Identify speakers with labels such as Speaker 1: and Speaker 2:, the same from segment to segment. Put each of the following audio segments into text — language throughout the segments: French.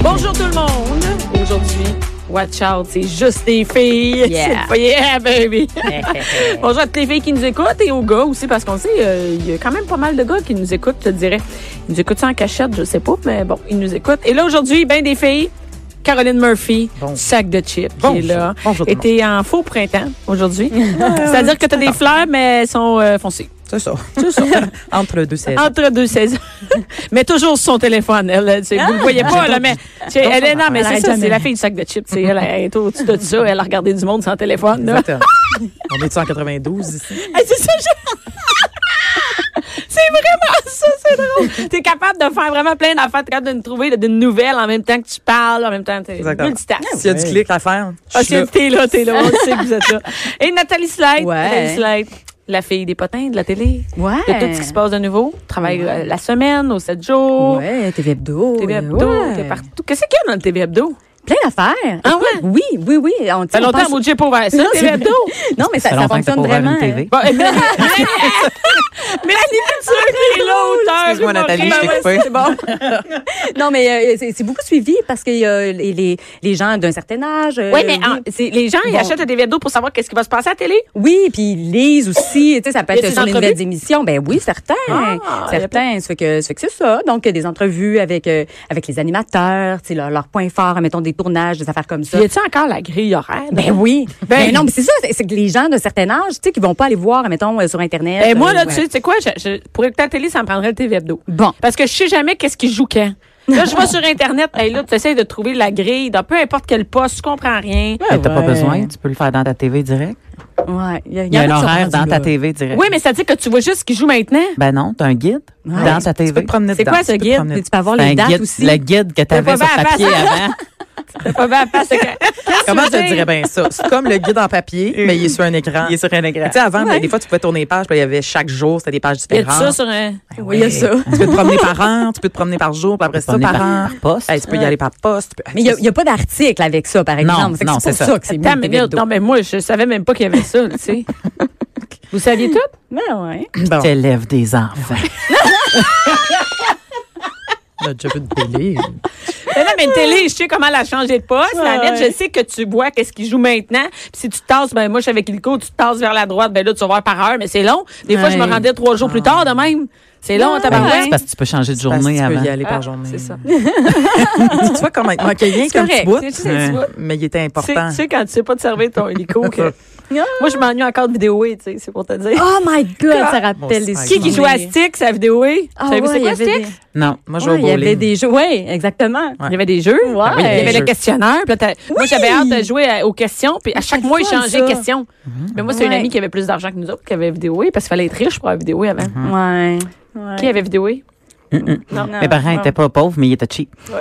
Speaker 1: Bonjour tout le monde. Aujourd'hui, watch out, c'est juste des filles.
Speaker 2: Yeah.
Speaker 1: C'est le foyer, yeah, baby. Bonjour à toutes les filles qui nous écoutent et aux gars aussi, parce qu'on sait, euh, il y a quand même pas mal de gars qui nous écoutent, je te dirais. Ils nous écoutent ça en cachette, je sais pas, mais bon, ils nous écoutent. Et là, aujourd'hui, ben des filles. Caroline Murphy,
Speaker 2: Bon.
Speaker 1: sac de chips, qui est
Speaker 2: Bonjour.
Speaker 1: là.
Speaker 2: Bonjour tout
Speaker 1: Et
Speaker 2: le
Speaker 1: t'es en faux printemps aujourd'hui. C'est-à-dire que t'as des fleurs, mais elles sont euh, foncées.
Speaker 2: C'est ça.
Speaker 1: C'est ça.
Speaker 2: Entre deux
Speaker 3: Ah,
Speaker 2: saisons.
Speaker 1: Entre deux saisons. mais toujours sur son téléphone. Elle, elle, c'est- vous ne le voyez pas, là, mais c'est- elle est, non, mais
Speaker 3: Elle
Speaker 1: c'est
Speaker 3: arrête
Speaker 1: ça,
Speaker 3: jamais.
Speaker 1: c'est la fille du sac de chips. c'est Elle, elle est au-dessus de ça. Elle a regardé du monde sans téléphone. là.
Speaker 2: Exactement. On est en 92 ici.
Speaker 1: Hey, c'est ça, je- C'est vraiment ça, c'est drôle. T'es capable de faire vraiment plein d'affaires. T'es capable de nous trouver de, de nouvelles en même temps que tu parles, en même temps. T'es
Speaker 2: Exactement.
Speaker 1: multitask.
Speaker 2: S'il y a du
Speaker 3: Ouais.
Speaker 2: clic à faire, je
Speaker 1: Ah,
Speaker 2: suis là.
Speaker 1: tiens, t'es là, t'es là. On sait que vous êtes là. Et Nathalie Slide.
Speaker 3: Ouais.
Speaker 1: Nathalie Slide, la fille des potins de la télé.
Speaker 3: Ouais.
Speaker 1: de tout ce qui se passe de nouveau. Travaille euh, la semaine, aux 7 jours.
Speaker 3: Ouais, TV Hebdo.
Speaker 1: TV
Speaker 3: euh,
Speaker 1: Hebdo,
Speaker 3: ouais.
Speaker 1: t'es partout. Qu'est-ce qu'il y a dans le TV Hebdo?
Speaker 3: Plein d'affaires.
Speaker 1: Ah ouais?
Speaker 3: Oui, oui, oui. On,
Speaker 1: Ça fait
Speaker 3: on
Speaker 1: longtemps
Speaker 3: pense-
Speaker 1: que Mojo n'est pas ouvert. Ça,
Speaker 3: Non,
Speaker 1: TV
Speaker 3: c'est-
Speaker 1: Hebdo.
Speaker 3: Non, mais ça, ça,
Speaker 2: longtemps que t'as
Speaker 3: fonctionne
Speaker 2: pas ouvert
Speaker 3: vraiment.
Speaker 2: une TV.
Speaker 1: Bon, euh, Mélanie Mélanie Couture, qui est là, auteur.
Speaker 2: Excuse-moi, Nathalie, je t'ai coupé.
Speaker 1: C'est bon.
Speaker 3: euh, Non, mais euh, c'est c'est beaucoup suivi parce qu'il y a les, les, les gens d'un certain âge. euh,
Speaker 1: Oui, mais en- c'est- les gens, ils
Speaker 3: Bon.
Speaker 1: achètent le TV Hebdo pour savoir qu'est-ce qui va se passer à la télé.
Speaker 3: Oui, puis ils lisent aussi, tu sais, ça peut
Speaker 1: Y a-t-il
Speaker 3: être sur
Speaker 1: des
Speaker 3: les
Speaker 1: entrevues?
Speaker 3: nouvelles émissions. Ben oui, certains,
Speaker 1: Ah, y a
Speaker 3: certains. Ça fait que, ça fait que c'est ça. Donc, il y a des entrevues avec euh, avec les animateurs, tu sais, leurs leurs points forts, mettons des tournages, des affaires comme ça.
Speaker 1: Y a-tu encore la grille horaire?
Speaker 3: Ben oui.
Speaker 1: Ben-
Speaker 3: Ben, non, mais c'est ça, c'est- c'est que les gens d'un certain âge, tu sais, qui vont pas aller voir, mettons, euh, sur Internet.
Speaker 1: Ben, moi,
Speaker 3: euh,
Speaker 1: là,
Speaker 3: ouais.
Speaker 1: tu sais, tu sais quoi? je- je- pour écouter la télé, ça me prendrait le TV Hebdo.
Speaker 3: Bon.
Speaker 1: Parce que je sais jamais qu'est-ce qui joue quand. Là, je vais sur Internet, et là, tu essaies de trouver la grille dans peu importe quel poste, tu comprends rien.
Speaker 2: Mais t'as pas
Speaker 3: ouais.
Speaker 2: besoin, tu peux le faire dans ta TV direct.
Speaker 3: Ouais. Il y a,
Speaker 2: Il y a un
Speaker 3: qui sont
Speaker 2: horaire
Speaker 3: rendus
Speaker 2: dans
Speaker 3: là.
Speaker 2: ta TV direct.
Speaker 1: Oui, mais ça veut dire que tu vois juste ce qui joue maintenant.
Speaker 2: Ben non, t'as un guide
Speaker 3: Ouais.
Speaker 2: dans ta TV. Tu peux te promener
Speaker 1: C'est
Speaker 2: dedans,
Speaker 1: quoi ce
Speaker 2: tu peux te
Speaker 1: guide?
Speaker 2: promener-
Speaker 3: Ah, Tu peux avoir les
Speaker 2: Ben,
Speaker 3: dates
Speaker 2: guide-
Speaker 3: aussi.
Speaker 2: Le guide que t'avais
Speaker 1: pas
Speaker 2: sur
Speaker 1: bien
Speaker 2: papier
Speaker 1: à
Speaker 2: avant.
Speaker 1: T'as pas bien à face, c'est que- Qu'est-ce
Speaker 2: Comment
Speaker 1: que
Speaker 2: je
Speaker 1: tu veux
Speaker 2: te dirais
Speaker 1: dire?
Speaker 2: bien ça? C'est comme le guide en papier, mais il est sur un écran.
Speaker 4: Il est sur un écran.
Speaker 2: Tu sais, avant, ben, des fois, tu pouvais tourner les pages, puis il y avait chaque jour, c'était des pages
Speaker 1: Y a-tu
Speaker 2: différentes.
Speaker 1: ça
Speaker 2: Ben
Speaker 1: sur un.
Speaker 3: Oui, il y a ça.
Speaker 2: Tu peux te promener par an, tu peux te promener par jour, puis après ça,
Speaker 4: promener
Speaker 2: par,
Speaker 4: par-
Speaker 2: an.
Speaker 4: par poste.
Speaker 2: Hey, tu peux y aller par poste. tu peux-
Speaker 3: Mais il n'y a, pas d'article avec ça, par exemple.
Speaker 2: Non,
Speaker 3: Fait que
Speaker 2: non,
Speaker 3: c'est
Speaker 2: c'est
Speaker 3: pour
Speaker 2: ça.
Speaker 3: ça que c'est mieux
Speaker 1: Attends,
Speaker 3: le
Speaker 1: mais
Speaker 3: Québec d'eau.
Speaker 1: non, mais moi, je savais même pas qu'il y avait ça, tu sais. Vous saviez tout?
Speaker 3: Ben ouais.
Speaker 2: Bon,
Speaker 4: T'élèves des enfants.
Speaker 2: on a déjà vu de télé.
Speaker 1: Mais non, mais une télé, je sais comment la changer de poste. La
Speaker 3: Ouais.
Speaker 1: nette, je sais que tu vois qu'est-ce qui joue maintenant. Puis si tu te tasses, ben moi, je suis avec Ilko, tu te tasses vers la droite, ben là, tu vas voir par heure, mais c'est long. Des fois, je me
Speaker 3: Ouais.
Speaker 1: rendais trois jours plus tard de même. C'est long, t'as
Speaker 4: Ben,
Speaker 1: pas
Speaker 4: C'est parce que tu peux changer de
Speaker 2: Parce que
Speaker 4: journée
Speaker 2: tu
Speaker 4: avant.
Speaker 2: peux y aller
Speaker 1: Ah,
Speaker 2: par journée.
Speaker 1: c'est ça.
Speaker 2: tu vois comment il te manquait rien
Speaker 1: C'est
Speaker 2: qu'un petit
Speaker 1: correct,
Speaker 2: bout,
Speaker 1: c'est juste un petit
Speaker 2: euh,
Speaker 1: bout.
Speaker 2: mais il était
Speaker 1: Tu sais,
Speaker 2: important.
Speaker 1: tu sais quand tu sais pas te servir de ton hélico, que... moi, je m'ennuie encore de vidéoer, tu sais, c'est pour te dire.
Speaker 3: Oh my God, ça rappelle
Speaker 2: Mon
Speaker 3: les
Speaker 2: sac.
Speaker 1: Qui qui jouait à Styx à vidéoer?
Speaker 3: Ah
Speaker 1: Savez-vous
Speaker 3: ouais,
Speaker 1: c'est
Speaker 3: il y
Speaker 1: quoi
Speaker 3: avait
Speaker 1: Styx?
Speaker 3: des-
Speaker 2: Non, moi, je
Speaker 3: Ouais,
Speaker 2: vais
Speaker 3: il y
Speaker 2: au
Speaker 3: avait
Speaker 2: bowling.
Speaker 3: des jeux. Oui, exactement.
Speaker 2: Ouais.
Speaker 1: Il y avait des jeux.
Speaker 3: Ouais. Ben
Speaker 2: oui, il y
Speaker 1: Il y avait
Speaker 2: Des
Speaker 1: le
Speaker 2: jeux.
Speaker 1: questionnaire. puis là, t'as- Moi,
Speaker 3: Oui.
Speaker 1: j'avais hâte de jouer à- aux questions. Puis à chaque
Speaker 3: c'est
Speaker 1: mois,
Speaker 3: le
Speaker 1: ils
Speaker 3: fun,
Speaker 1: changeaient
Speaker 3: ça.
Speaker 1: question. Mais moi, c'est une
Speaker 3: Ouais.
Speaker 1: amie qui avait plus d'argent que nous autres qui avait vidéoé parce qu'il fallait être riche pour avoir vidéoé avant.
Speaker 3: Mm-hmm. Ouais.
Speaker 1: Qui avait vidéoé?
Speaker 2: Hum, hum.
Speaker 1: Non.
Speaker 3: Ah,
Speaker 2: Mes parents n'étaient pas pauvres, mais ils étaient cheap.
Speaker 3: Euh,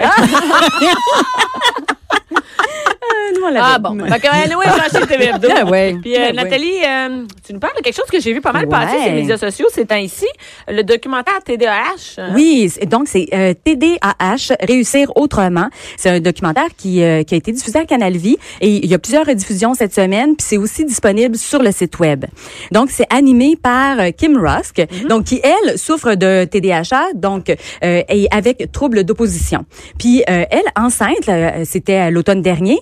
Speaker 1: Ah bon. Fait que, anyway, j'ai acheté TV Hebdo.
Speaker 3: Ah ouais.
Speaker 1: Puis, euh,
Speaker 3: Ah ouais.
Speaker 1: Nathalie, euh, tu nous parles de quelque chose que j'ai vu pas mal
Speaker 3: Ouais.
Speaker 1: passer sur les médias sociaux ces temps-ci. Le documentaire TDAH. euh,
Speaker 3: Oui, c'est- donc c'est euh, TDAH, Réussir autrement. C'est un documentaire qui, euh, qui a été diffusé à Canal Vie et il y a plusieurs rediffusions cette semaine, puis c'est aussi disponible sur le site web. Donc c'est animé par euh, Kim Rusk, donc qui elle souffre de TDAH, donc euh, et avec trouble d'opposition. Puis euh, elle enceinte, là, euh, c'était à l'automne dernier,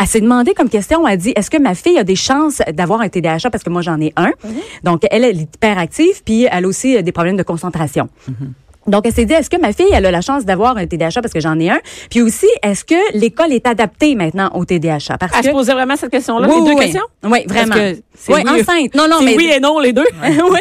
Speaker 3: elle s'est demandé comme question, elle dit est-ce que ma fille a des chances d'avoir un TDAH parce que moi j'en ai un. Donc elle, elle est hyperactive puis elle a aussi euh, des problèmes de concentration. Donc, elle s'est dit, est-ce que ma fille, elle a la chance d'avoir un TDAH parce que j'en ai un? Puis aussi, est-ce que l'école est adaptée maintenant au TDAH? Parce
Speaker 1: Elle
Speaker 3: que...
Speaker 1: se posait vraiment cette question-là.
Speaker 3: Oui,
Speaker 1: les deux
Speaker 3: oui, oui.
Speaker 1: questions?
Speaker 3: Oui, vraiment.
Speaker 1: Parce que c'est
Speaker 3: Oui,
Speaker 1: oui.
Speaker 3: enceinte. Non, non,
Speaker 1: C'est
Speaker 3: mais...
Speaker 1: oui et non, les deux.
Speaker 3: Oui.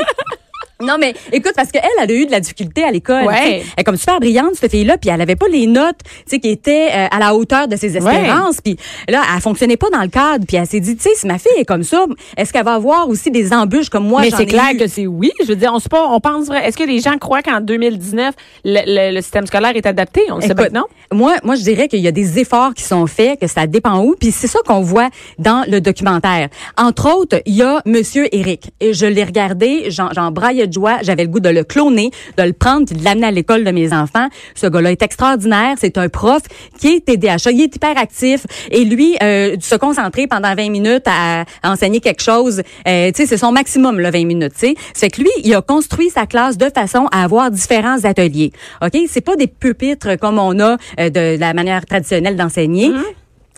Speaker 3: Non, mais écoute, parce qu'elle, elle a eu de la difficulté à l'école.
Speaker 1: Ouais.
Speaker 3: tu sais. Elle est comme super brillante, cette fille-là, puis elle avait pas les notes tu sais, qui étaient euh, à la hauteur de ses espérances. Puis là, elle fonctionnait pas dans le cadre. Puis elle s'est dit, tu sais, si ma fille est comme ça, est-ce qu'elle va avoir aussi des embûches comme moi?
Speaker 1: mais
Speaker 3: j'en
Speaker 1: c'est
Speaker 3: ai
Speaker 1: clair
Speaker 3: eu?
Speaker 1: que c'est oui. Je veux dire, on, se pas, on pense vrai. Est-ce que les gens croient qu'en 2019, le, le- le système scolaire est adapté? On le sait
Speaker 3: Écoute,
Speaker 1: maintenant.
Speaker 3: Moi, moi, je dirais qu'il y a des efforts qui sont faits, que ça dépend où. Puis c'est ça qu'on voit dans le documentaire. Entre autres, il y a Monsieur Eric. Et je l'ai regardé, j'en j'en braillais de de joie. J'avais le goût de le cloner, de le prendre puis de l'amener à l'école de mes enfants. Ce gars-là est extraordinaire. C'est un prof qui est TDAH. Il est hyper actif. Et lui, euh, se concentrer pendant 20 minutes à, à enseigner quelque chose, euh, tu sais, c'est son maximum, là, 20 minutes, tu sais. C'est que lui, il a construit sa classe de façon à avoir différents ateliers. OK? C'est pas des pupitres comme on a euh, de la manière traditionnelle d'enseigner.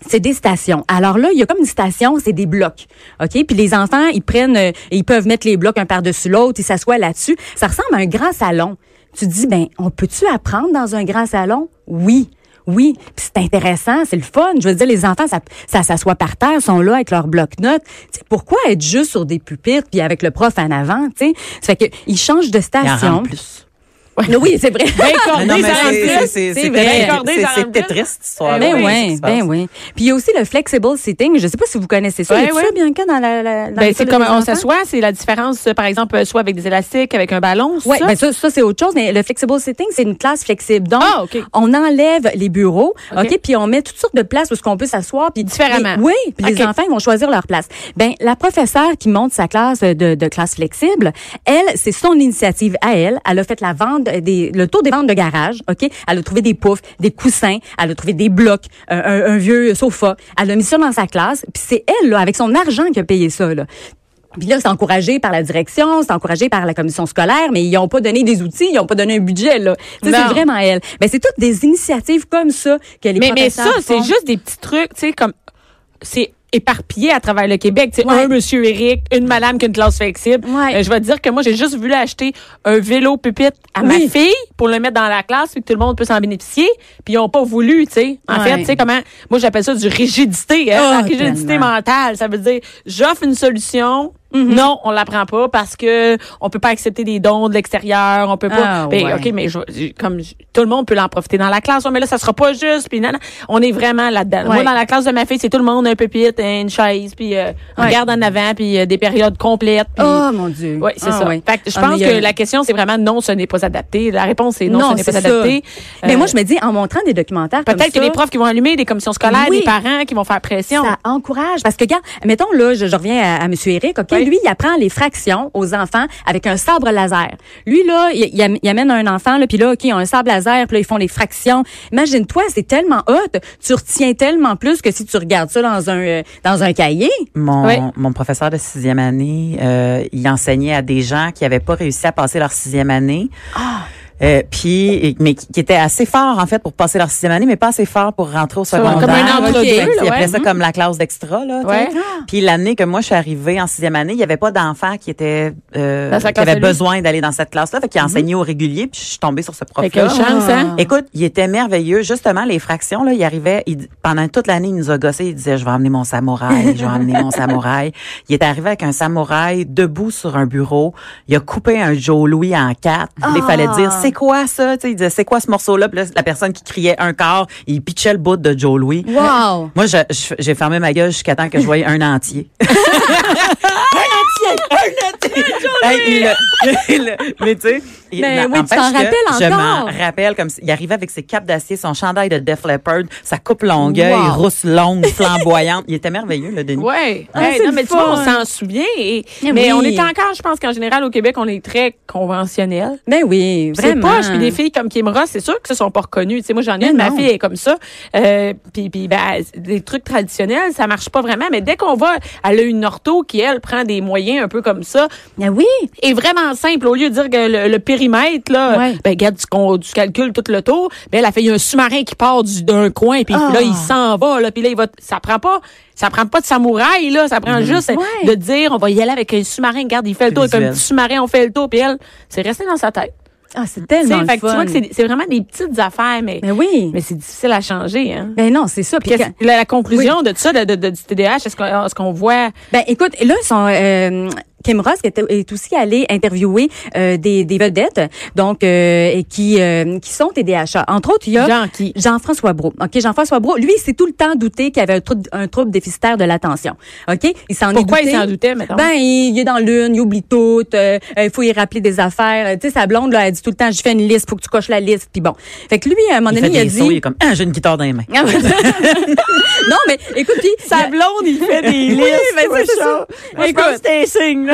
Speaker 3: C'est des stations. Alors là, il y a comme une station, c'est des blocs. OK? Puis les enfants, ils prennent, euh, ils peuvent mettre les blocs un par-dessus l'autre, ils s'assoient là-dessus. Ça ressemble à un grand salon. Tu te dis, ben, on peut-tu apprendre dans un grand salon? Oui. Oui, puis c'est intéressant, c'est le fun. Je veux dire, les enfants, ça, ça s'assoit par terre, sont là avec leur bloc-notes. Tu sais, Pourquoi être juste sur des pupitres puis avec le prof en avant, tu sais? Ça fait que ils changent de
Speaker 2: Il en
Speaker 3: station.
Speaker 2: rentre plus.
Speaker 3: Mais Oui, c'est vrai.
Speaker 1: Ben cordé,
Speaker 2: Non, mais
Speaker 1: ça rentre
Speaker 2: c'est-
Speaker 1: plus.
Speaker 2: c'est-
Speaker 3: c'est
Speaker 2: c'est
Speaker 3: vrai.
Speaker 2: Tetris.
Speaker 1: Cordée, ça
Speaker 2: C'est-
Speaker 1: rentre
Speaker 2: C'est
Speaker 1: plus.
Speaker 2: Tetris, cette histoire.
Speaker 1: Ben
Speaker 3: Ben
Speaker 1: oui,
Speaker 3: oui, ben oui. Puis il y a aussi le flexible sitting. Je sais pas si vous connaissez ça.
Speaker 1: Ouais,
Speaker 3: y a-tu
Speaker 1: ouais.
Speaker 3: ça, Bianca, dans la, la dans
Speaker 1: Ben,
Speaker 3: l'école
Speaker 1: c'est
Speaker 3: de
Speaker 1: comme
Speaker 3: tes
Speaker 1: on
Speaker 3: enfants?
Speaker 1: s'assoit, c'est la différence, euh, par exemple, euh, soit avec des élastiques, avec un ballon, c'est
Speaker 3: Oui,
Speaker 1: ça?
Speaker 3: ben ça, ça c'est autre chose, mais le flexible sitting, c'est une classe flexible. Donc,
Speaker 1: Ah, OK.
Speaker 3: on enlève les bureaux, OK,
Speaker 1: OK,
Speaker 3: puis on met toutes sortes de places où ce qu'on peut s'asseoir. puis
Speaker 1: Différemment.
Speaker 3: les- oui, puis
Speaker 1: OK.
Speaker 3: les enfants, ils vont choisir leur place. Ben, la professeure qui monte sa classe de, de classe flexible, elle, c'est son initiative à elle. Elle a fait la vente des, le tour des ventes de garage, OK? Elle a trouvé des poufs, des coussins, elle a trouvé des blocs, euh, un, un vieux sofa. Elle a mis ça dans sa classe, puis c'est elle, là, avec son argent qui a payé ça, là. Puis là, c'est encouragé par la direction, c'est encouragé par la commission scolaire, mais ils n'ont pas donné des outils, ils n'ont pas donné un budget, là. Tu sais,
Speaker 1: Non.
Speaker 3: c'est vraiment elle. Ben, c'est toutes des initiatives comme ça que les
Speaker 1: mais, mais ça,
Speaker 3: professeurs
Speaker 1: c'est
Speaker 3: font.
Speaker 1: juste des petits trucs, tu sais, comme, c'est éparpillé à travers le Québec. Tu sais,
Speaker 3: Ouais.
Speaker 1: un monsieur Eric, une madame qui a une classe flexible.
Speaker 3: Ouais.
Speaker 1: Euh, je vais te dire que moi, j'ai juste voulu acheter un vélo pupitre à ma
Speaker 3: Oui.
Speaker 1: fille pour le mettre dans la classe puis que tout le monde peut s'en bénéficier. Puis ils n'ont pas voulu, tu sais. En
Speaker 3: Ouais.
Speaker 1: fait, tu sais comment... Moi, j'appelle ça du rigidité. hein,
Speaker 3: Ah,
Speaker 1: la rigidité
Speaker 3: tellement. Mm-hmm.
Speaker 1: mentale. Ça veut dire, j'offre une solution... Non, on l'apprend pas parce que on peut pas accepter des dons de l'extérieur, on peut pas.
Speaker 3: Ah,
Speaker 1: Ben,
Speaker 3: ouais.
Speaker 1: OK, mais je- je- comme je- tout le monde peut l'en profiter dans la classe, ouais, mais là ça sera pas juste puis nanana. on est vraiment là-dedans. Moi
Speaker 3: Ouais.
Speaker 1: dans la classe de ma fille, c'est tout le monde un pupitre, une chaise puis euh, on
Speaker 3: Ouais.
Speaker 1: regarde en avant puis euh, des périodes complètes puis
Speaker 3: Oh mon Dieu.
Speaker 1: Ouais, c'est
Speaker 3: Ah,
Speaker 1: ça.
Speaker 3: ouais.
Speaker 1: Fait que je
Speaker 3: Ah,
Speaker 1: pense
Speaker 3: mais il y
Speaker 1: que
Speaker 3: a-
Speaker 1: la question c'est vraiment non, ce n'est pas adapté. La réponse c'est non, ce n'est
Speaker 3: c'est
Speaker 1: pas
Speaker 3: ça.
Speaker 1: adapté.
Speaker 3: Mais
Speaker 1: Euh,
Speaker 3: moi, je me dis, en montrant des documentaires comme
Speaker 1: peut-être qu'il y a
Speaker 3: ça,
Speaker 1: des profs qui vont allumer, des commissions scolaires,
Speaker 3: Oui.
Speaker 1: des parents qui vont faire pression.
Speaker 3: Ça encourage. Parce que, regarde, mettons, là, je, je reviens à, à M. Eric, OK?
Speaker 1: Oui.
Speaker 3: Lui, il apprend les fractions aux enfants avec un sabre laser. Lui, là, il, il am- il amène un enfant, là, puis là, OK, ils ont un sabre laser, puis là, ils font les fractions. Imagine-toi, c'est tellement hot, tu retiens tellement plus que si tu regardes ça dans un, euh, dans un cahier.
Speaker 2: Mon,
Speaker 1: Oui.
Speaker 2: mon professeur de sixième année, euh, il enseignait à des gens qui n'avaient pas réussi à passer leur sixième année.
Speaker 1: Ah.
Speaker 2: Euh, puis, mais qui qui étaient assez forts, en fait, pour passer leur sixième année, mais pas assez forts pour rentrer au secondaire.
Speaker 1: comme un
Speaker 3: entre-deux,
Speaker 2: Fait qu'ils
Speaker 1: là, ouais. Mm.
Speaker 2: appelaient ça comme la classe d'extra, là. tu
Speaker 1: Ouais.
Speaker 2: sais. Puis l'année que moi, je suis arrivée en sixième année, il n'y avait pas d'enfants qui étaient, euh,
Speaker 1: Dans sa
Speaker 2: qui
Speaker 1: classe à
Speaker 2: avaient
Speaker 1: lui. Mm-hmm.
Speaker 2: besoin d'aller dans cette classe-là. Fait qu'ils enseignaient au régulier, puis je suis tombée sur ce
Speaker 1: Fait
Speaker 2: prof-là.
Speaker 1: que chance hein.
Speaker 2: Écoute, il était merveilleux. Justement, les fractions, là, il arrivait, il- pendant toute l'année, il nous a gossé. Il disait, je vais emmener mon samouraï, je vais emmener mon samouraï. Il est arrivé avec un samouraï debout sur un bureau. Il a coupé un Joe Louis en quatre. Il fallait dire, c'est quoi ça? Tu sais, il disait, c'est quoi ce morceau-là? Puis là, la personne qui criait un quart, il pitchait le bout de Joe Louis.
Speaker 3: Wow!
Speaker 2: Moi, je- je- j'ai fermé ma gueule jusqu'à temps que je voyais un entier. un entier! Un entier! Hey, il l'a- il l'a- mais tu sais, il-
Speaker 3: Mais
Speaker 2: non,
Speaker 3: oui, tu
Speaker 2: n'empêche
Speaker 3: t'en
Speaker 2: que
Speaker 3: rappelles
Speaker 2: Je
Speaker 3: encore.
Speaker 2: m'en rappelle comme si- il arrivait avec ses capes d'acier, son chandail de Def Leppard, sa coupe longueuil,
Speaker 3: Wow.
Speaker 2: rousse longue, flamboyante. Il était merveilleux, le Denis.
Speaker 1: Ouais.
Speaker 3: Ah,
Speaker 1: Hey,
Speaker 3: c'est
Speaker 1: non,
Speaker 3: le
Speaker 1: mais tu vois, on s'en
Speaker 3: fun.
Speaker 1: souvient. et-
Speaker 3: Eh
Speaker 1: mais
Speaker 3: oui.
Speaker 1: on est encore, je pense qu'en général, au Québec, on est très conventionnel.
Speaker 3: Ben oui,
Speaker 1: Puis C'est
Speaker 3: vraiment.
Speaker 1: poche. Puis des filles comme Kim Ross, c'est sûr que ne sont pas reconnues. Tu sais, moi, j'en ai une, ma
Speaker 3: non.
Speaker 1: fille est comme ça. Euh, puis, puis ben, des trucs traditionnels, ça marche pas vraiment. Mais dès qu'on va, elle a une ortho qui, elle, prend des moyens un peu comme ça.
Speaker 3: Ben oui.
Speaker 1: Et vraiment simple. Au lieu de dire que le, le périmètre, là,
Speaker 3: Ouais.
Speaker 1: ben, regarde, tu, con- tu calcules tout le tour. Ben, elle a fait, il y a un sous-marin qui part du- d'un coin, puis
Speaker 3: Ah.
Speaker 1: là, il s'en va, là, puis là, il va, ça prend pas, ça prend pas de samouraï, là. Ça prend juste euh,
Speaker 3: Mm-hmm.
Speaker 1: de
Speaker 3: Ouais.
Speaker 1: dire, on va y aller avec un sous-marin. Regarde, il fait le tour. Avec un
Speaker 2: Visuel.
Speaker 1: petit sous-marin, on fait le tour, puis elle, c'est resté dans sa tête.
Speaker 3: Ah, c'est
Speaker 1: Tu sais,
Speaker 3: tellement le
Speaker 1: fait que tu
Speaker 3: fun.
Speaker 1: vois que c'est- c'est vraiment des petites affaires, mais,
Speaker 3: Ben oui.
Speaker 1: mais c'est difficile à changer. Hein?
Speaker 3: Ben non, c'est ça. Puis
Speaker 1: Qu'est-ce-
Speaker 3: quand-
Speaker 1: la, la conclusion de ça, de, de- de- du TDAH, est-ce qu'on est-ce qu'on voit...
Speaker 3: Ben écoute, là, son, euh, Kim Ross est, est aussi allée interviewer euh, des, des vedettes, donc euh, et qui euh, qui sont TDAH. Entre autres, il y a
Speaker 1: Jean qui?
Speaker 3: Jean-François Brault. Ok, Jean-François Brault, lui, il s'est tout le temps douté qu'il y avait un trouble, un trouble déficitaire de l'attention. Ok, il s'en est
Speaker 1: Pourquoi il
Speaker 3: douté.
Speaker 1: s'en doutait, mettons?
Speaker 3: Ben, il, il est dans l'une, il oublie tout, euh, il faut y rappeler des affaires. Tu sais, sa blonde, là, elle dit tout le temps, je fais une liste, faut que tu coches la liste, puis bon. Fait que lui, à un moment
Speaker 2: Il
Speaker 3: donné,
Speaker 2: fait
Speaker 3: il a
Speaker 2: des
Speaker 3: dit...
Speaker 2: sauts, il est comme, ah, j'ai une guitare dans les mains.
Speaker 3: non, mais écoute, puis... il y a-
Speaker 1: blonde, il fait des
Speaker 3: Oui, ben, c'est ça.
Speaker 1: Écoute,
Speaker 3: Écoute.
Speaker 1: c'est un signe. là.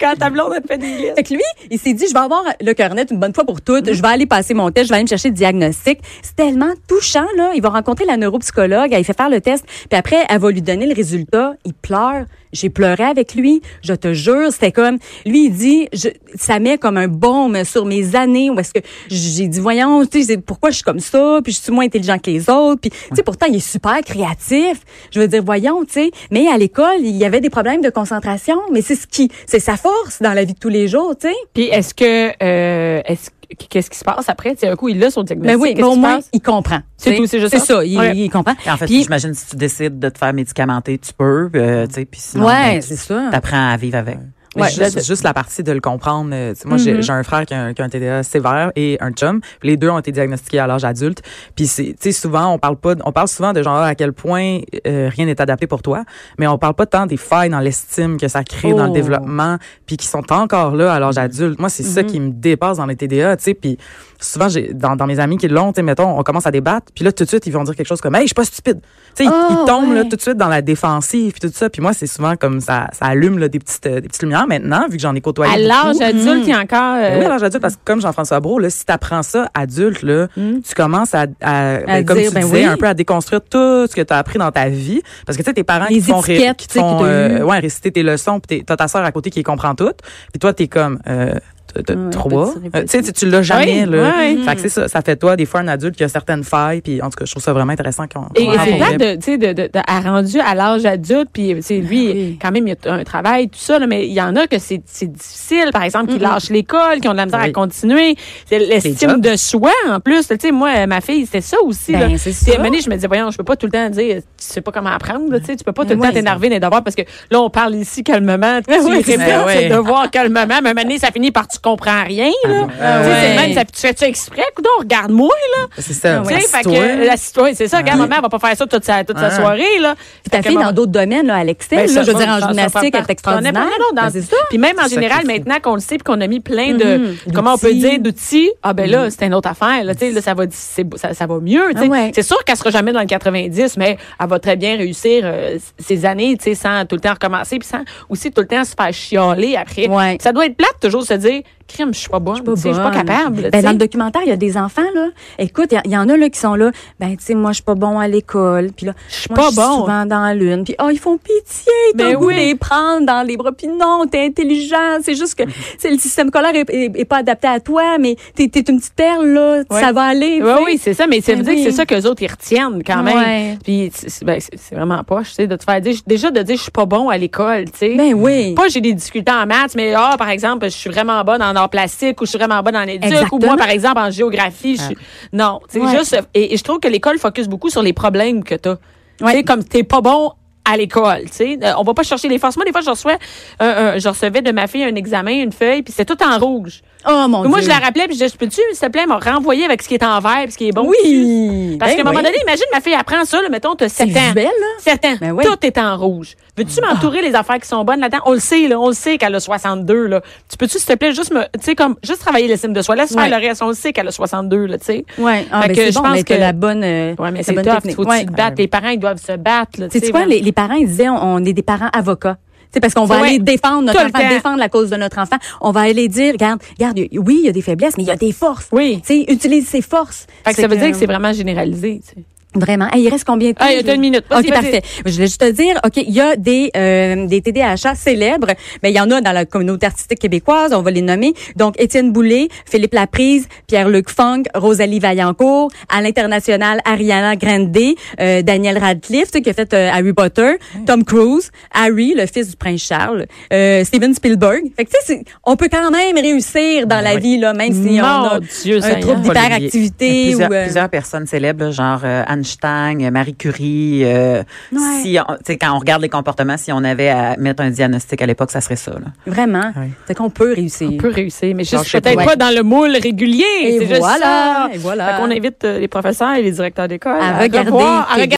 Speaker 1: quand ta blonde a fait des listes.
Speaker 3: Fait que lui, il s'est dit, je vais avoir le cœur net une bonne fois pour toutes.
Speaker 1: Mm-hmm.
Speaker 3: Je vais aller passer mon test. Je vais aller me chercher le diagnostic. C'est tellement touchant, là. Il va rencontrer la neuropsychologue. Elle lui fait faire le test. Puis après, elle va lui donner le résultat. Il pleure. J'ai pleuré avec lui. Je te jure, c'était comme, lui, il dit, je- ça met comme un baume sur mes années où est-ce que j'ai dit, voyons, tu sais, pourquoi je suis comme ça? Puis je suis moins intelligent que les autres. Puis, tu sais, pourtant, il est super créatif. Je veux dire, voyons, tu sais. Mais à l'école, il y avait des problèmes de concentration. Mais c'est ce qui, c'est sa force dans la vie de tous les jours, tu sais.
Speaker 1: Puis est-ce que euh, est-ce que- qu'est-ce qui se passe après Tu sais, un coup il l'a son diagnostic.
Speaker 3: Ben oui, mais
Speaker 1: qu'est-ce
Speaker 3: au
Speaker 1: qui se
Speaker 3: moins,
Speaker 1: passe?
Speaker 3: il comprend.
Speaker 1: C'est
Speaker 3: Tu sais,
Speaker 1: tout, c'est juste
Speaker 3: C'est
Speaker 1: ça.
Speaker 3: ça, il,
Speaker 1: Ouais.
Speaker 3: il comprend.
Speaker 2: En fait,
Speaker 3: Puis-
Speaker 2: j'imagine si tu décides de te faire médicamenter, tu peux, euh, tu sais, puis sinon,
Speaker 3: ouais,
Speaker 2: ben,
Speaker 3: c'est
Speaker 2: tu
Speaker 3: ça.
Speaker 2: apprends à vivre avec.
Speaker 5: Mais
Speaker 3: Ouais,
Speaker 5: juste, juste la partie de le comprendre. euh, tu sais, Moi, j'ai- j'ai un frère qui a un, qui a un TDA sévère et un chum. Puis Les deux ont été diagnostiqués à l'âge adulte. Puis c'est, tu sais, souvent on parle pas, de- on parle souvent de genre à quel point euh, rien n'est adapté pour toi, mais on parle pas tant des failles dans l'estime que ça crée dans le
Speaker 3: Oh.
Speaker 5: développement, puis qui sont encore là à l'âge adulte. Moi, c'est ça qui me dépasse dans les TDA, tu sais. Puis souvent, j'ai dans, dans mes amis qui l'ont, tu sais, mettons, on commence à débattre, puis là tout de suite ils vont dire quelque chose comme, hey, je suis pas stupide. Tu sais, ils-
Speaker 3: Ah,
Speaker 5: ils tombent là
Speaker 3: ouais.
Speaker 5: tout de suite dans la défensive puis tout ça. Puis moi, c'est souvent comme ça, ça allume là, des petites euh, des petites lumières maintenant, vu que j'en ai côtoyé.
Speaker 1: à
Speaker 5: beaucoup.
Speaker 1: l'âge adulte, il y a encore euh,
Speaker 5: Ben oui, à l'âge adulte, parce que comme Jean-François Brault, là, si tu apprends ça adulte, là, tu commences à, à- ben,
Speaker 3: À
Speaker 5: comme
Speaker 3: dire,
Speaker 5: tu
Speaker 3: ben
Speaker 5: disais,
Speaker 3: oui.
Speaker 5: un peu à déconstruire tout ce que tu as appris dans ta vie. Parce que tu sais, tes parents
Speaker 3: Les
Speaker 5: qui te font, ré-
Speaker 3: étiquettes,
Speaker 5: qui te
Speaker 3: tu sais,
Speaker 5: font,
Speaker 3: que t'as
Speaker 5: euh,
Speaker 3: eues.
Speaker 5: ouais, réciter tes leçons, puis t'es- t'as ta sœur à côté qui les comprend toutes. Puis toi, t'es comme... Euh, t'as- t'as
Speaker 3: Ouais,
Speaker 5: trois.
Speaker 3: petit
Speaker 5: Euh, Tu sais, tu- tu l'as jamais,
Speaker 1: Oui,
Speaker 5: là.
Speaker 1: ouais.
Speaker 5: Fait que c'est ça. Ça fait toi, des fois, un adulte qui a certaines failles. Puis, en tout cas, je trouve ça vraiment intéressant qu'on.
Speaker 1: Et,
Speaker 5: qu'on
Speaker 1: et
Speaker 5: en
Speaker 1: c'est
Speaker 5: parle.
Speaker 1: plate de, tu sais, de, de, de- à rendu à l'âge adulte, puis tu sais, lui,
Speaker 3: oui.
Speaker 1: quand même, il a un travail, tout ça, là, mais il y en a que c'est c'est difficile, par exemple, qui lâchent l'école, qui ont de la misère à
Speaker 5: Oui.
Speaker 1: continuer. C'est l'estime
Speaker 5: jobs.
Speaker 1: de soi, en plus. Tu sais, moi, ma fille, c'était ça aussi.
Speaker 3: Ben,
Speaker 1: là.
Speaker 3: c'est
Speaker 1: Puis, à un
Speaker 3: ça.
Speaker 1: moment donné, je me disais, voyons, je peux pas tout le temps dire, tu sais pas comment apprendre, là, tu sais, tu peux pas tout le
Speaker 3: Ouais.
Speaker 1: temps t'énerver dans les devoirs, parce que là, on parle ici calmement, tu réponds
Speaker 5: Ben,
Speaker 1: tes
Speaker 5: ouais.
Speaker 1: devoirs calmement, mais à un moment donné, ça finit par tu comprends rien, là.
Speaker 5: Ah,
Speaker 1: Tu sais, c'est
Speaker 3: ouais.
Speaker 1: le même, ça, tu fais ça exprès, coudon, regarde-moi, là.
Speaker 5: C'est ça.
Speaker 1: Tu sais, fait que,
Speaker 5: Assis-toi.
Speaker 1: Ah la citoyenne, Ah. c'est ça. Regarde, maman, elle va pas faire ça toute sa, toute sa
Speaker 5: Ouais.
Speaker 1: soirée, là.
Speaker 3: Ta
Speaker 1: Fait que
Speaker 3: fille,
Speaker 1: maman-
Speaker 3: dans d'autres domaines, là, à l'excès,
Speaker 1: Ben,
Speaker 3: là,
Speaker 1: ça,
Speaker 3: je
Speaker 1: ça,
Speaker 3: veux dire,
Speaker 1: ça, ça,
Speaker 3: en
Speaker 1: ça
Speaker 3: gymnastique,
Speaker 1: part-
Speaker 3: elle est extraordinaire.
Speaker 1: ça en est pas
Speaker 3: Ben,
Speaker 1: mal, non, dans-
Speaker 3: c'est ça. Mm-hmm.
Speaker 1: Puis même en
Speaker 5: ça
Speaker 1: général,
Speaker 5: qu'il faut.
Speaker 1: maintenant qu'on le sait, puis qu'on a mis plein de, comment on peut
Speaker 3: D'outils.
Speaker 1: dire, d'outils, ah ben là, c'est une autre affaire. Là, tu sais, là, ça, va, c'est- ça, ça va mieux. tu sais.
Speaker 3: Mm-hmm. Ah ouais.
Speaker 1: C'est sûr qu'elle sera jamais dans le 90, mais elle va très bien réussir euh, ses années tu sais, sans tout le temps recommencer, puis sans aussi tout le temps se faire chialer après.
Speaker 3: Ouais.
Speaker 1: Ça doit être plate toujours de se dire, crime, je suis pas bonne, tu sais, je suis pas
Speaker 3: bonne.
Speaker 1: capable. tu
Speaker 3: Ben, dans
Speaker 1: sais.
Speaker 3: le documentaire, il y a des enfants, là. Écoute, il y a- il y, en a, là, qui sont là. Ben, tu sais, moi, je suis pas bon à l'école. Puis là, je suis
Speaker 1: pas
Speaker 3: je
Speaker 1: bon.
Speaker 3: suis souvent dans l'une. Puis, oh, ils font pitié. T'as
Speaker 1: Ben
Speaker 3: le goût
Speaker 1: oui.
Speaker 3: de les prendre dans les bras. Puis non, t'es intelligent. C'est juste que, c'est le système scolaire est, est- est pas adapté à toi, mais t'es, t'es une petite perle, là.
Speaker 1: Ouais.
Speaker 3: Ça va aller. tu
Speaker 1: Oui,
Speaker 3: sais.
Speaker 1: oui, c'est ça, mais ça veut
Speaker 3: Ben
Speaker 1: dire
Speaker 3: oui.
Speaker 1: que c'est ça qu'eux autres, ils retiennent quand même.
Speaker 3: Ouais.
Speaker 1: Puis c'est- c'est ben, c'est- c'est vraiment poche, tu sais, de te faire dire, déjà de dire, je suis pas bon à l'école, tu sais.
Speaker 3: Ben oui.
Speaker 1: Pas j'ai des difficultés en maths, mais ah, par exemple, je suis vraiment bonne en arts plastiques ou je suis vraiment bonne en éduc ou
Speaker 3: Exactement. Ah.
Speaker 1: moi, par exemple, en géographie, je suis... Non, tu sais,
Speaker 3: Ouais.
Speaker 1: juste... Et, et je trouve que l'école focus beaucoup sur les problèmes que t'as. Tu
Speaker 3: Ouais.
Speaker 1: sais, comme t'es pas bon à l'école, tu sais. Euh, On va pas chercher les forces. Moi, des fois, je recevais, euh, euh, je recevais de ma fille un examen, une feuille, puis c'était tout en rouge.
Speaker 3: Oh, mon
Speaker 1: Puis Moi,
Speaker 3: Dieu.
Speaker 1: je la rappelais, puis je disais, Je peux-tu, s'il te plaît, me renvoyer avec ce qui est en vert, puis ce qui est bon? dessus?
Speaker 3: Oui.
Speaker 1: Parce
Speaker 3: Ben
Speaker 1: qu'à un moment
Speaker 3: oui.
Speaker 1: donné, imagine, ma fille apprend ça, là, mettons, t'as 7
Speaker 3: C'est
Speaker 1: ans.
Speaker 3: visuel, là.
Speaker 1: 7 ans.
Speaker 3: Ben oui. Ah.
Speaker 1: Tout est en rouge. Veux-tu m'entourer les affaires qui sont bonnes là-dedans? On le sait, là. On le sait qu'elle a 62, là. Tu peux-tu, s'il te plaît, juste me, tu sais, comme, juste travailler l'estime de soi. Laisse
Speaker 3: Ouais.
Speaker 1: faire le reste. On le sait qu'elle a 62, là, tu sais.
Speaker 3: Ouais, ah,
Speaker 1: Fait
Speaker 3: ben,
Speaker 1: que
Speaker 3: c'est
Speaker 1: je
Speaker 3: bon,
Speaker 1: pense
Speaker 3: mais t'as
Speaker 1: que-
Speaker 3: la bonne, euh,
Speaker 1: Ouais, mais
Speaker 3: la
Speaker 1: c'est
Speaker 3: bonne
Speaker 1: tough.
Speaker 3: technique.
Speaker 1: Faut que
Speaker 3: Ouais.
Speaker 1: tu te battes. Les parents, ils doivent se battre, là, tu
Speaker 3: C'est
Speaker 1: sais.
Speaker 3: tu vois,
Speaker 1: vraiment.
Speaker 3: les, les parents, ils disaient, on, on est des parents avocats. C'est parce qu'on va
Speaker 1: Ouais.
Speaker 3: aller défendre notre
Speaker 1: Tout le
Speaker 3: enfant,
Speaker 1: temps.
Speaker 3: défendre la cause de notre enfant. On va aller dire, regarde, regarde, y- oui, il y a des faiblesses, mais il y a des forces.
Speaker 1: Oui.
Speaker 3: Tu sais, utilise ses forces.
Speaker 1: Fait que ça
Speaker 3: C'est
Speaker 1: veut dire que c'est vraiment généralisé, tu sais.
Speaker 3: Vraiment. Hey, il reste combien de temps?
Speaker 1: Ah, il y a
Speaker 3: je-
Speaker 1: une minute. Vas-y,
Speaker 3: OK,
Speaker 1: vas-y.
Speaker 3: parfait. Je voulais juste te dire, OK, il y a des, euh, des TDAH célèbres, mais il y en a dans la communauté artistique québécoise, on va les nommer. Donc, Étienne Boulay, Philippe Laprise, Pierre-Luc Funk, Rosalie Vaillancourt, à l'international, Ariana Grande, euh, Daniel Radcliffe, tu sais, qui a fait euh, Harry Potter, Tom Cruise, Harry, le fils du prince Charles, euh, Steven Spielberg. Fait que, tu sais, c'est- on peut quand même réussir dans la
Speaker 5: oui.
Speaker 3: vie, là, même si
Speaker 1: Ben
Speaker 3: on
Speaker 1: Mon
Speaker 3: a
Speaker 1: Dieu,
Speaker 3: un
Speaker 1: Seigneur.
Speaker 3: trouble
Speaker 5: Olivier.
Speaker 3: d'hyperactivité ou...
Speaker 2: Plusieurs,
Speaker 3: euh,
Speaker 2: plusieurs personnes célèbres, là, genre euh, Einstein, euh, Marie Curie. euh,
Speaker 3: Ouais.
Speaker 2: si on- tu sais, quand on regarde les comportements, si on avait à mettre un diagnostic à l'époque, ça serait ça. là.
Speaker 3: Vraiment.
Speaker 5: Ouais.
Speaker 3: C'est qu'on peut réussir.
Speaker 1: On peut réussir, mais
Speaker 5: Alors,
Speaker 1: juste
Speaker 5: je sais
Speaker 1: peut-être
Speaker 3: pas.
Speaker 1: pas dans le moule régulier.
Speaker 3: Et
Speaker 1: C'est juste
Speaker 3: voilà,
Speaker 1: ça.
Speaker 3: et voilà.
Speaker 1: Fait qu'on invite euh, les professeurs et les directeurs d'école
Speaker 3: À regarder
Speaker 1: revoir, à
Speaker 3: Québec.